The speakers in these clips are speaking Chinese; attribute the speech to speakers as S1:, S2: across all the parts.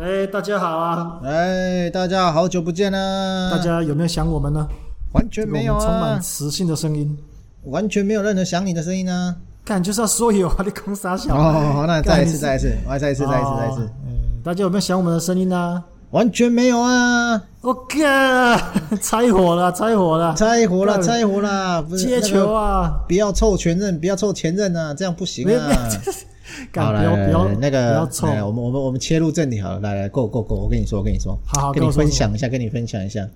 S1: 哎，大家好啊！
S2: 哎，大家好久不见啦！
S1: 大家有没有想我们呢？
S2: 完全嗯没有
S1: 这个我们充
S2: 啊
S1: 满，磁性的声音，
S2: 完全没有任何想你的声音啊！
S1: 看就是要说有啊，你空傻小。啊
S2: 哦，那再一次，
S1: 一
S2: 再一次，我再
S1: 哦
S2: 一次，再一次，再一次，
S1: 大家有没有想我们的声音啊呢？
S2: 完全没有啊！
S1: 我 靠，啊拆火了，拆火了，
S2: 拆活了，
S1: 干
S2: 拆活了！不是
S1: 接球！
S2: 那
S1: 啊！
S2: 个不要凑前任，不要凑前任啊，这样不行
S1: 没有没有
S2: 啊！
S1: 干
S2: 好
S1: 不要
S2: 来
S1: 不
S2: 来
S1: 要
S2: 来那
S1: 不要
S2: 个，
S1: 臭。
S2: 来我们我们我们切入正题好了，来来，go go go！我跟你说，我跟你说，
S1: 好好
S2: 跟
S1: 跟
S2: 你
S1: 我说
S2: 分享一下，跟你分享一下。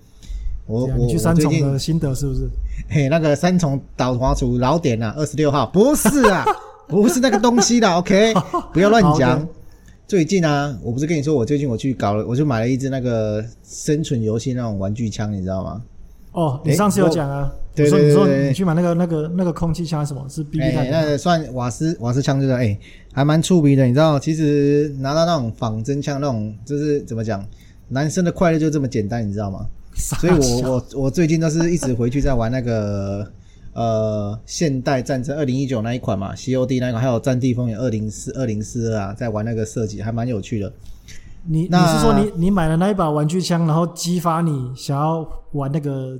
S2: 我
S1: 这样
S2: 我
S1: 你去
S2: 我
S1: 三
S2: 最
S1: 重
S2: 近
S1: 的心得是不是？
S2: 嘿，那个三重导华族老点啊，二十六号不是 啊，不是那个东西啦 OK，不要乱
S1: 好
S2: 讲
S1: ，OK。
S2: 最近啊，我不是跟你说，我最近我去搞了，我就买了一支那个生存游戏那种玩具枪，你知道吗？
S1: 哦，你
S2: 哎
S1: 上次有
S2: 我
S1: 讲啊，我
S2: 对
S1: 说
S2: 对
S1: 你说
S2: 对对对
S1: 你去买那个那个那个空气枪还是啊什么？是 BB
S2: 哎、
S1: 弹
S2: 那
S1: 的。
S2: 个算瓦斯瓦斯枪，就是哎、还蛮触鼻的，你知道？其实拿到那种仿真枪，那种就是怎么讲，男生的快乐就这么简单，你知道吗？所以我我我最近都是一直回去在玩那个呃现代战争二零一九那一款嘛，COD 那一款，还有战地风云二零四二零四啊，在玩那个设计还蛮有趣的。
S1: 你你
S2: 那
S1: 是说你你买了那一把玩具枪，然后激发你想要玩那个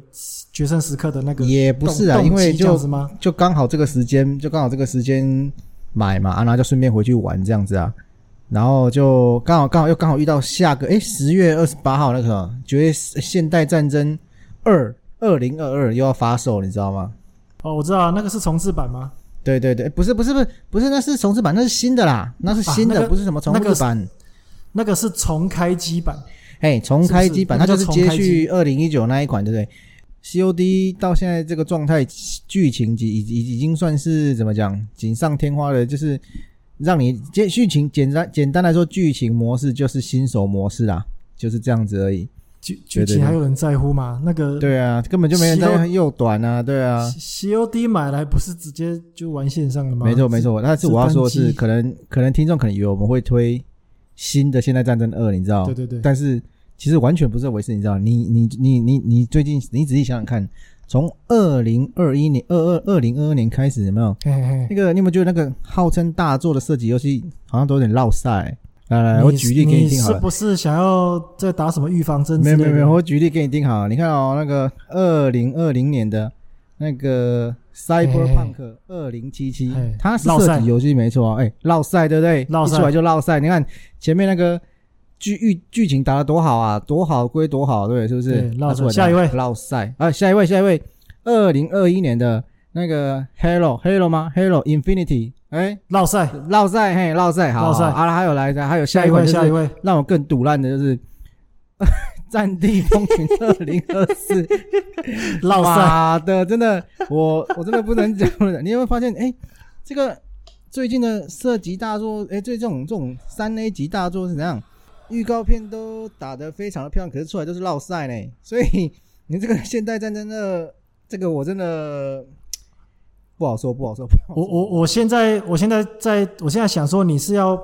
S1: 决胜时刻的那个动？
S2: 也不是啊，
S1: 动
S2: 因为
S1: 机这样
S2: 就
S1: 子吗？
S2: 就刚好这个时间，就刚好这个时间买嘛，啊，然后就顺便回去玩这样子啊。然后就刚好刚好又刚好遇到下个诶十月二十八号那个《绝现代战争二二零二二》又要发售，你知道吗？
S1: 哦，我知道啊，那个是重置版吗？
S2: 对对对，诶不是不是不是不是，那是重置版，那是新的啦，那是新的，
S1: 啊那个
S2: 不是什么重
S1: 那个
S2: 置
S1: 是
S2: 版。
S1: 那个是重开机版，
S2: 哎、重开机版，
S1: 是不是
S2: 它就是
S1: 那个叫
S2: 接
S1: 重开
S2: 续
S1: 机
S2: 二零一九那一款，对不对？COD 到现在这个状态，剧情已已已已经算是怎么讲锦上添花了，就是让你接剧情简单简单来说，剧情模式就是新手模式啦，就是这样子而已。
S1: 剧剧
S2: 对对
S1: 情
S2: 对
S1: 还有人在乎吗？那个
S2: 对啊，根本就没人在又短啊，对啊，
S1: C O D 买来不是直接就玩线上的吗？
S2: 没错没错。但是我要说的
S1: 是
S2: 是，
S1: 单机
S2: 可能可能听众可能以为我们会推新的《现代战争二》，你知道？
S1: 对对对
S2: 但是其实完全不是回事，你知道？你你你你你最近你仔细想想看，从二零二一年、二二二零二二年开始，有没有
S1: 嘿嘿
S2: 那
S1: 嘿，
S2: 个？你有没有觉得那个号称大作的射击游戏好像都有点落赛、来来来，哎我举例给
S1: 你
S2: 听好
S1: 是
S2: 了。
S1: 不是想要再打什么预防针之
S2: 没
S1: 类的？
S2: 有没有没有，我举例给你听好了。你看哦，那个二零二零年的那个
S1: 哎
S2: Cyberpunk 二零七七
S1: 哎，
S2: 它是
S1: 落
S2: 射
S1: 赛
S2: 击游戏没错啊。哎，落赛对不对？
S1: 落
S2: 一
S1: 赛
S2: 出来就落赛。你看前面那个剧剧剧情打得多好啊，多好归多好，对不对，是不
S1: 对
S2: 是？
S1: 落赛
S2: 拿出来
S1: 下一位
S2: 落赛啊，下一位，下一位，二零二一年的那个 Halo Halo 吗？Halo Infinity，哎，
S1: 绕赛，
S2: 落赛嘿，落赛好，
S1: 落赛
S2: 好啊，还有来着，还有下
S1: 下
S2: 一
S1: 一
S2: 款
S1: 位
S2: 就是
S1: 下一位，
S2: 让我更堵烂的就是 《战地风云二零二四》，
S1: 绕赛，
S2: 妈的，真的，我我真的不能讲了。你有没有发现，哎、这个最近的涉及大作，哎、最这种这种三 A 级大作是怎样？预告片都打得非常的漂亮，可是出来都是落赛呢。所以你这个现代战争的这个，我真的不好说，不好说。不好说
S1: 哦我我我现在我现在在我现在想说，你是要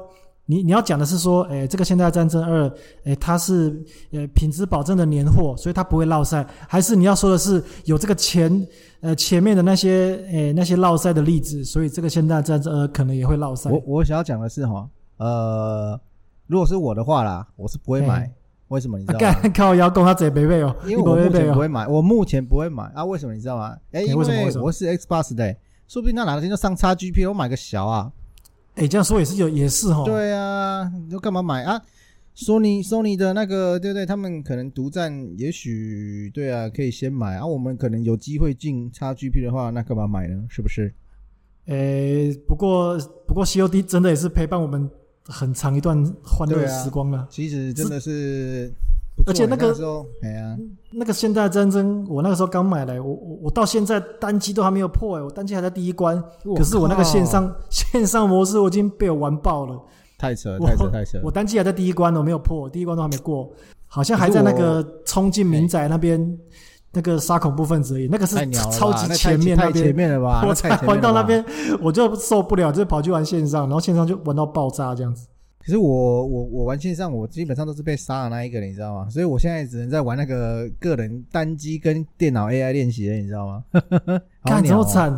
S1: 你你要讲的是说，哎，这个《现代战争二》，哎，它是呃品质保证的年货，所以它不会落赛，还是你要说的是有这个前呃前面的那些哎那些落赛的例子，所以这个《现代战争二》可能也会落赛？
S2: 我我想要讲的是哈，呃，如果是我的话啦，我是不会买
S1: 嘿。
S2: 为什么你
S1: 啊
S2: 知道吗？
S1: 干靠腰供他贼背背哦，
S2: 因为我目前不
S1: 哦，
S2: 会买，我目前不会买啊。为什么你知道吗？哎、
S1: 哎
S2: 因
S1: 为什么为什么
S2: 我是 Xbox 的、欸说不定那哪天就上 XGP，我买个小啊。
S1: 哎，这样说也是有也是哦，
S2: 对啊，你就干嘛买啊？索尼索尼的那个，对不对？他们可能独占，也许对啊，可以先买啊。我们可能有机会进 XGP 的话，那干嘛买呢？是不是？
S1: 哎，不过不过 COD 真的也是陪伴我们很长一段欢乐的
S2: 对啊
S1: 时光了。
S2: 其实真的是不错，
S1: 而且那个
S2: 时候，哎呀、
S1: 那个现代战争，我那个时候刚买来，我我我到现在单机都还没有破哎、我单机还在第一关，
S2: 我
S1: 可是我那个
S2: 靠
S1: 线上线上模式我已经被我玩爆了，
S2: 太扯，
S1: 我
S2: 太扯，太扯。
S1: 我单机还在第一关，我没有破，第一关都还没过，好像还在那个冲进民宅那边那个杀恐怖分子而已，那个是
S2: 太鸟了吧，
S1: 超级
S2: 那太
S1: 前面那
S2: 太前
S1: 边，
S2: 面了 吧？
S1: 我
S2: 那
S1: 才
S2: 太前面
S1: 玩到
S2: 了吧
S1: 那边我就受不了，就跑去玩线上，然后线上就玩到爆炸这样子。
S2: 可是我我我玩线上，我基本上都是被杀的那一个，你知道吗？所以我现在只能在玩那个个人单机跟电脑 AI 练习了，你知道 吗？好
S1: 干这
S2: 鸟
S1: 么
S2: 哦
S1: 惨，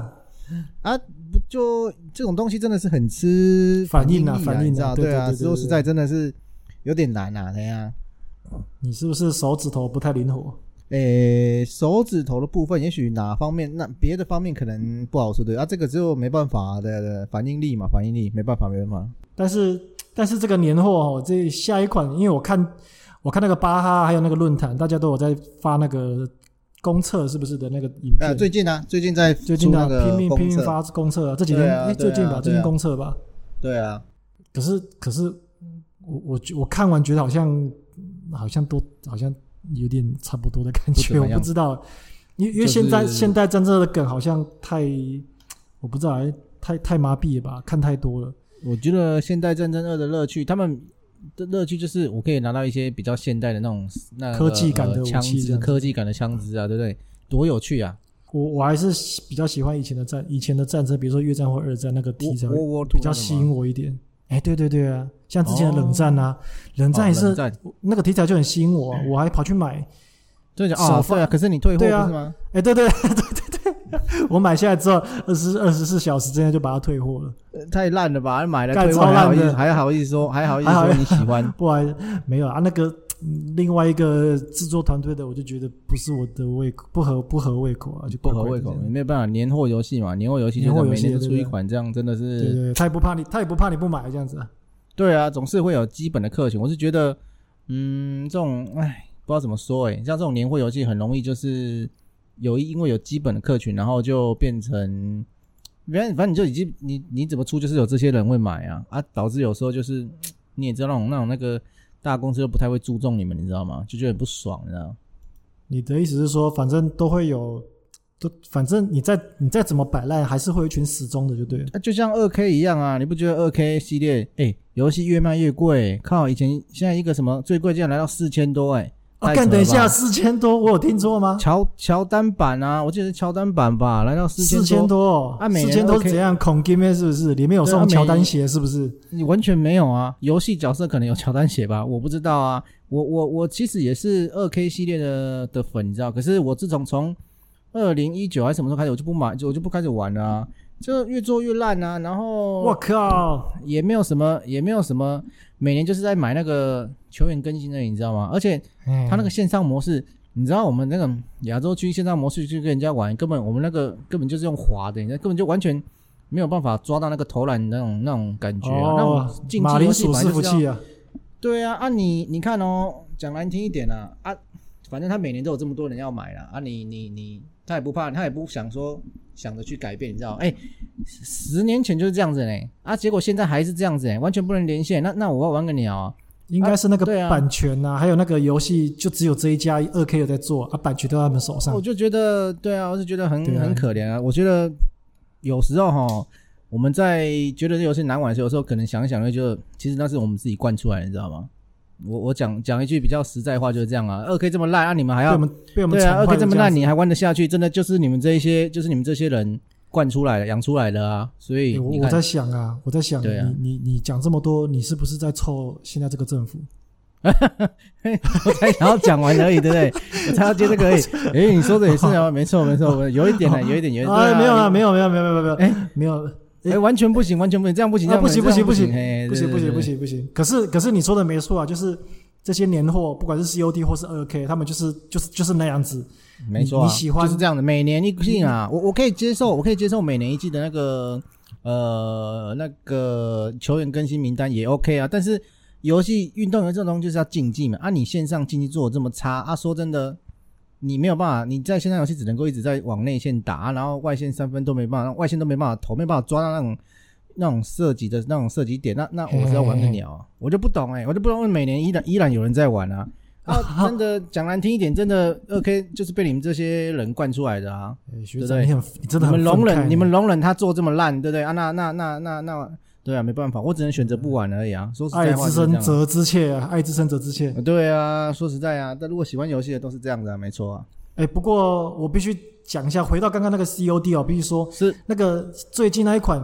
S2: 啊！不就这种东西真的是很吃
S1: 反应啊
S2: 力
S1: 反应啊
S2: 你知道？
S1: 对对
S2: 啊，
S1: 对对
S2: 说实在真的是，有点难啊，怎样？
S1: 你是不是手指头不太灵活？
S2: 诶、手指头的部分，也许哪方面，那别的方面可能不好说对啊，这个就没办法的、的反应力嘛，反应力没办法，没办法。
S1: 但是但是这个年货哦，这下一款，因为我看我看那个巴哈还有那个论坛，大家都有在发那个公测是不是的那个影片，
S2: 呃，最近啊，最近在
S1: 最近
S2: 出那
S1: 的
S2: 个
S1: 拼命拼
S2: 公
S1: 命
S2: 测，
S1: 发公测啊，这几
S2: 对
S1: 天
S2: 啊
S1: 哎最
S2: 对啊
S1: 近吧，最
S2: 对
S1: 近
S2: 啊
S1: 公测吧，
S2: 对啊，
S1: 可是可是我我觉我看完觉得好像嗯好像都好像有点差不多的感
S2: 不
S1: 觉，
S2: 怎么
S1: 我
S2: 样
S1: 不知道，因为因为
S2: 就是
S1: 现在、现代战争的梗好像太我不知道，哎太太麻痹了吧，看太多了。
S2: 我觉得《现代战争二》的乐趣，他们的乐趣就是我可以拿到一些比较现代的那种那个
S1: 科技感的
S2: 呃
S1: 武器
S2: 枪
S1: 这
S2: 支，
S1: 样子
S2: 科技感的枪支啊，对不对？多有趣啊！
S1: 我我还是喜比较喜欢以前的战以前的战争，比如说越战或二战那个题材
S2: World War Two
S1: 比较吸引我一点。哎，对对对啊，像之前的冷战啊，冷战也
S2: 哦
S1: 是、
S2: 冷战
S1: 那个题材就很吸引我啊、我还跑去买
S2: 对讲
S1: 少
S2: 啊，对啊，可是你退货不
S1: 对啊
S2: 是吗？
S1: 哎，对 对对对对，我买下来之后，二十二十四小时之内就把它退货了，
S2: 呃太烂了吧！买了
S1: 干
S2: 退货
S1: 超
S2: 还
S1: 烂
S2: 好意思，
S1: 的
S2: 还好意思说，还好意思
S1: 还好
S2: 说你喜欢
S1: 不然没有啊。那个嗯另外一个制作团队的，我就觉得不是我的胃口，不合 不合胃口啊，就
S2: 不
S1: 怪
S2: 合
S1: 怪的
S2: 胃口
S1: 这，样
S2: 没有办法，年货游戏嘛，年货游戏
S1: 年
S2: 现
S1: 货
S2: 在
S1: 游
S2: 每
S1: 戏
S2: 年都
S1: 对
S2: 出
S1: 对
S2: 一款，这样真的
S1: 对
S2: 是
S1: 对，他也不怕你，他也不怕你不买这样子啊。
S2: 对啊，总是会有基本的客群。我是觉得，嗯，这种唉，不知道怎么说诶，像这种年货游戏很容易就是有因为有基本的客群，然后就变成。反正反正你就已经你你怎么出就是有这些人会买啊啊，导致有时候就是你也知道那种那种那个大公司都不太会注重你们，你知道吗？就觉得很不爽，你知道吗？
S1: 你的意思是说，反正都会有，都反正你再你再怎么摆烂，还是会有一群死忠的，就对了。
S2: 啊那就像二 K 一样啊，你不觉得二 K 系列哎游戏越卖越贵？靠，以前现在一个什么最贵竟然来到四千多哎！
S1: 啊，
S2: 太扯
S1: 干，
S2: 了
S1: 等一下，
S2: 吧
S1: 四千多，我有听错吗？
S2: 乔乔丹版啊，我记得是乔丹版吧，来 到四
S1: 四千
S2: 多，
S1: 多哦，
S2: 啊每
S1: 四
S2: 年
S1: 千多
S2: OK
S1: 是怎样？恐 game 是不是？里面有
S2: 对啊
S1: 送乔丹
S2: 每
S1: 鞋是不是？
S2: 你完全没有啊！游戏角色可能有乔丹鞋吧，我不知道啊。我我我其实也是二 K 系列的的粉，你知道？可是我自从从二零一九还是什么时候开始，我就不买，就我就不开始玩了、啊，就越做越烂啊。然后
S1: 我靠！
S2: 也没有什么，也没有什么，每年就是在买那个球员更新的，你知道吗？而且
S1: 哎
S2: 他那个线上模式，你知道我们那个亚洲区线上模式去跟人家玩，根本我们那个根本就是用滑的，你知道根本就完全没有办法抓到那个投篮那种那种感觉、啊。那
S1: 哦
S2: 种，竞
S1: 马
S2: 技游
S1: 铃
S2: 戏
S1: 薯
S2: 本来
S1: 伺
S2: 就
S1: 服
S2: 是要
S1: 器啊，
S2: 对啊，啊你你看哦，讲难听一点啊啊，反正他每年都有这么多人要买啦，啊你你你，他也不怕，他也不想说想着去改变，你知道？哎、十年前就是这样子嘞，啊结果现在还是这样子哎，完全不能连线，那那我要玩个鸟啊！
S1: 应该是那个
S2: 啊对啊
S1: 版权呐、还有那个游戏就只有这一家二 K 有在做啊，版权都在他们手上
S2: 我。就觉得，对啊，我是觉得很、
S1: 对啊
S2: 很可怜啊。我觉得有时候哈，我们在觉得这游戏难玩的时候，有时候可能想一想，就其实那是我们自己惯出来的，你知道吗？我我讲讲一句比较实在话，就是这样啊。二 K 这么烂，啊你们还
S1: 被
S2: 要
S1: 我们被我们
S2: 对啊，
S1: 宠
S2: 二
S1: 坏
S2: K
S1: 了
S2: 这么
S1: 样
S2: 烂，
S1: 子
S2: 你还玩得下去？真的就是你们这一些，就是你们这些人惯出来的、养出来的啊。所以
S1: 欸我
S2: 你
S1: 我
S2: 看，
S1: 在想啊，我在想，
S2: 对啊
S1: 你你你讲这么多，你是不是在凑现在这个政府？
S2: 我才想要讲完而已，对不对？我才要接 这个而已。哎，你说的也是啊，没错没错，我有一点呢，有一点，有一 点。啊
S1: 哎，没有了，没
S2: 有。
S1: 有没有没有没有没有，
S2: 哎
S1: 没有，
S2: 哎，完全不行，完全不行，这样不行，这
S1: 啊
S2: 样
S1: 不行不行不行
S2: 哎
S1: 不行不行不。
S2: 对对对
S1: 行不行。可是可是你说的没错啊，就是这些年货，不管是 COD 或是二 K，他们就是就是就是那样子。
S2: 没错啊、
S1: 你你喜欢嗯
S2: 就是这样的，每年一季啊，我我可以接受，我可以接受每年一季的那个呃那个球员更新名单也 OK 啊，但是游戏运动员这种东西就是要竞技嘛，啊，你线上竞技做的这么差啊，说真的，你没有办法，你在线上游戏只能够一直在往内线打、啊然后外线三分都没办法，外线都没办法投，没办法抓到那种。那种射击的那种射击点，那那我是要玩个鸟啊！我就不懂哎、我就不懂，每年依然依然有人在玩啊！啊，真的讲难听一点，真的二 K 就是被你们这些人惯出来的啊！
S1: 哎学长，
S2: 对对
S1: 你很你真的
S2: 你
S1: 很
S2: 们容
S1: 愤慨
S2: 忍，
S1: 呢
S2: 你们容忍他做这么烂，对不对啊？那那那那那，对啊，没办法，我只能选择不玩而已啊！说实
S1: 爱
S2: 在话
S1: 之
S2: 就
S1: 哎
S2: 是这
S1: 深
S2: 样啊，
S1: 责之切啊，爱之深责之切。
S2: 对啊，说实在啊，但如果喜欢游戏的都是这样的、啊，没错啊，
S1: 哎，不过我必须讲一下，回到刚刚那个 COD 哦，必须说
S2: 是
S1: 那个最近那一款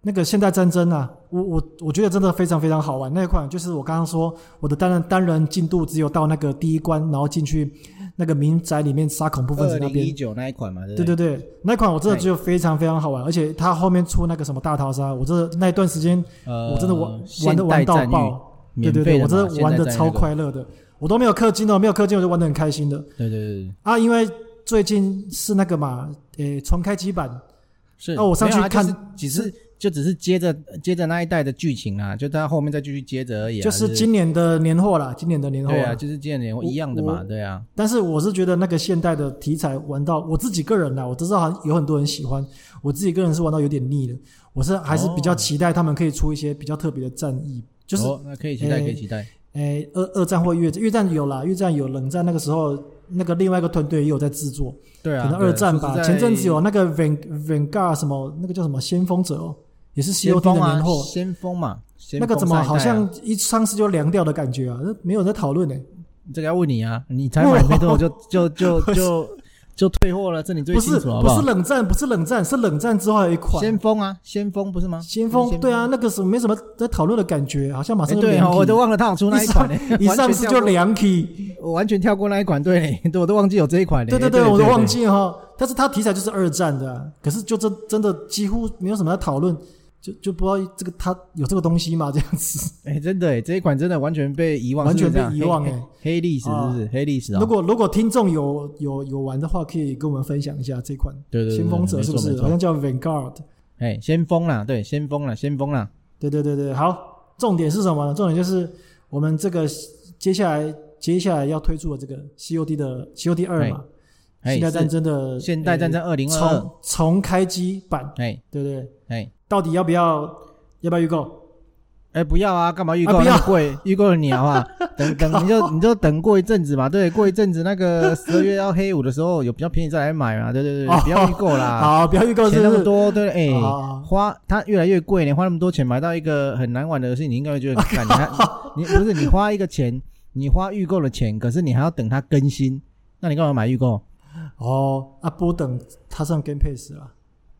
S1: 那个现代战争啊，我我我觉得真的非常非常好玩。那一款就是我刚刚说我的单人单人进度只有到那个第一关，然后进去那个民宅里面杀恐怖分
S2: 二
S1: 子那
S2: 零
S1: 边
S2: 一。九那一款嘛，对不
S1: 对对对，那款我真的觉得非常非常好玩，而且它后面出那个什么大逃杀，我真的那一段时间
S2: 呃，
S1: 我真的玩
S2: 现
S1: 玩的
S2: 代
S1: 玩到
S2: 战役
S1: 爆，对
S2: 免
S1: 对对，
S2: 费的
S1: 我
S2: 嘛，
S1: 真的玩
S2: 的
S1: 的超，快乐的，我都没有氪金哦，没有氪金我就玩的很开心的
S2: 对对对对，
S1: 啊，因为最近是那个嘛，诶，重开机版，
S2: 是。
S1: 哦我上
S2: 没有啊
S1: 去看
S2: 就是只是就只是接着接着那一代的剧情啊，就他后面再继续接着而已啊，
S1: 就是是今年的年货啦，今年的年货
S2: 对啊，
S1: 啦
S2: 就是今年
S1: 我
S2: 一样的嘛，
S1: 我
S2: 对啊，
S1: 但是我是觉得那个现代的题材玩到我自己个人啦，啊我知道好像有很多人喜欢，我自己个人是玩到有点腻了。我是还是比较期待他们可以出一些比较特别的战役，就是
S2: 哦那可以期待，
S1: 诶
S2: 可以期待，
S1: 诶二二战或越战，越战有啦，越战有冷战那个时候那个另外一个团队也有在制作，
S2: 对啊，
S1: 可能二战吧。
S2: 对
S1: 前阵子有那个 Van Vanguard 什么那个叫什么先锋者哦，也是 COD
S2: 先
S1: 的
S2: 锋啊
S1: 年后，，
S2: 先锋嘛，先
S1: 那个
S2: 锋
S1: 怎么
S2: 上一
S1: 好
S2: 代啊
S1: 像一上市就凉掉的感觉啊？那没有人在讨论呢、
S2: 这个要问你啊，你才买没多 久就就就就就退货了，这你最
S1: 不
S2: 清
S1: 是
S2: 楚好
S1: 不
S2: 好
S1: 是？冷战，不是冷战，是冷战之后还有一款
S2: 先锋啊，先锋不是吗？
S1: 先锋，对啊，那个什么没什么在讨论的感觉，好像马
S2: 哎，
S1: 上就
S2: 对
S1: 凉
S2: 哦，
S1: 皮
S2: 我都忘了他有出那一款呢，
S1: 一
S2: 完全
S1: 上市
S2: 跳
S1: 就
S2: 过，
S1: 凉 key，
S2: 我完全跳过那一款，对，对我都忘记有这一款嘞，哎
S1: 对对
S2: 对，
S1: 我都忘。记了哈。但是它题材就是二战的啊，可是就真真的几乎没有什么在讨论，就就不知道这个它有这个东西嘛，这样子。
S2: 哎，真的，哎这一款真的完全被遗忘，
S1: 完全
S2: 是不是这样
S1: 被遗忘
S2: 黑
S1: 哎
S2: 黑黑历史是不是？黑历史啊
S1: 如，果如果听众有有有玩的话，可以跟我们分享一下这款
S2: 对对对，
S1: 先锋者
S2: 没
S1: 是
S2: 错
S1: 不
S2: 没
S1: 是？
S2: 错
S1: 好像叫 Vanguard。
S2: 哎，先锋啦，对，先锋啦，先锋啦，
S1: 对对对对，好，重点是什么呢？重点就是我们这个接下来接下来要推出的这个 COD 的 COD 二嘛，
S2: 哎，
S1: 现代战
S2: 是
S1: 争哎的呃
S2: 现代战争二零二二，
S1: 重重开机版，
S2: 哎
S1: 对不对？
S2: 哎
S1: 到底要不要要不要预购？
S2: 哎，不要啊，干嘛预购
S1: 啊不
S2: 那
S1: 要
S2: 么贵？预购了你啊好不好？ 等等，你就你就等过一阵子嘛，对，过一阵子那个十二月要黑五的时候有比较便宜再来买嘛，对对对，
S1: 哦
S2: 不要预购 啦，
S1: 好，不要预购
S2: 啊钱
S1: 是
S2: 那
S1: 不
S2: 么
S1: 是？
S2: 多，对哎
S1: 哦，
S2: 花它越来越贵，你花那么多钱买到一个很难玩的游戏，你应 该会觉得很干，你还你不是你花一个钱，你花预购的钱，可是你还要等它更新，那你干嘛买预购？
S1: 哦，啊，不等它上 Game Pass 了，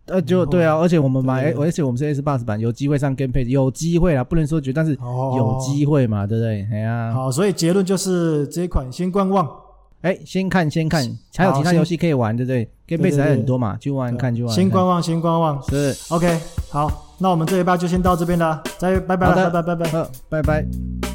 S2: 呃，就对啊，而且我们
S1: 嗯
S2: 买，
S1: 哦对对对
S2: 而且我们是 S 八十版，有机会上 Game Pass，有机会啦，不能说绝，但是
S1: 哦，
S2: 有机会嘛，对不对？哎呀，
S1: 好，所以结论就是这一款先观望，
S2: 哎，先看先看，还有
S1: 好
S2: 其他
S1: 先
S2: 游戏可以玩，对不对？Game
S1: 对对
S2: Base 还
S1: 对
S2: 很多嘛，去玩看去玩看。
S1: 先观望，先观望。
S2: 是，
S1: OK，好，那我们这一趴就先到这边了，再拜拜
S2: 好的
S1: 了，拜拜拜拜。
S2: 呃，拜拜。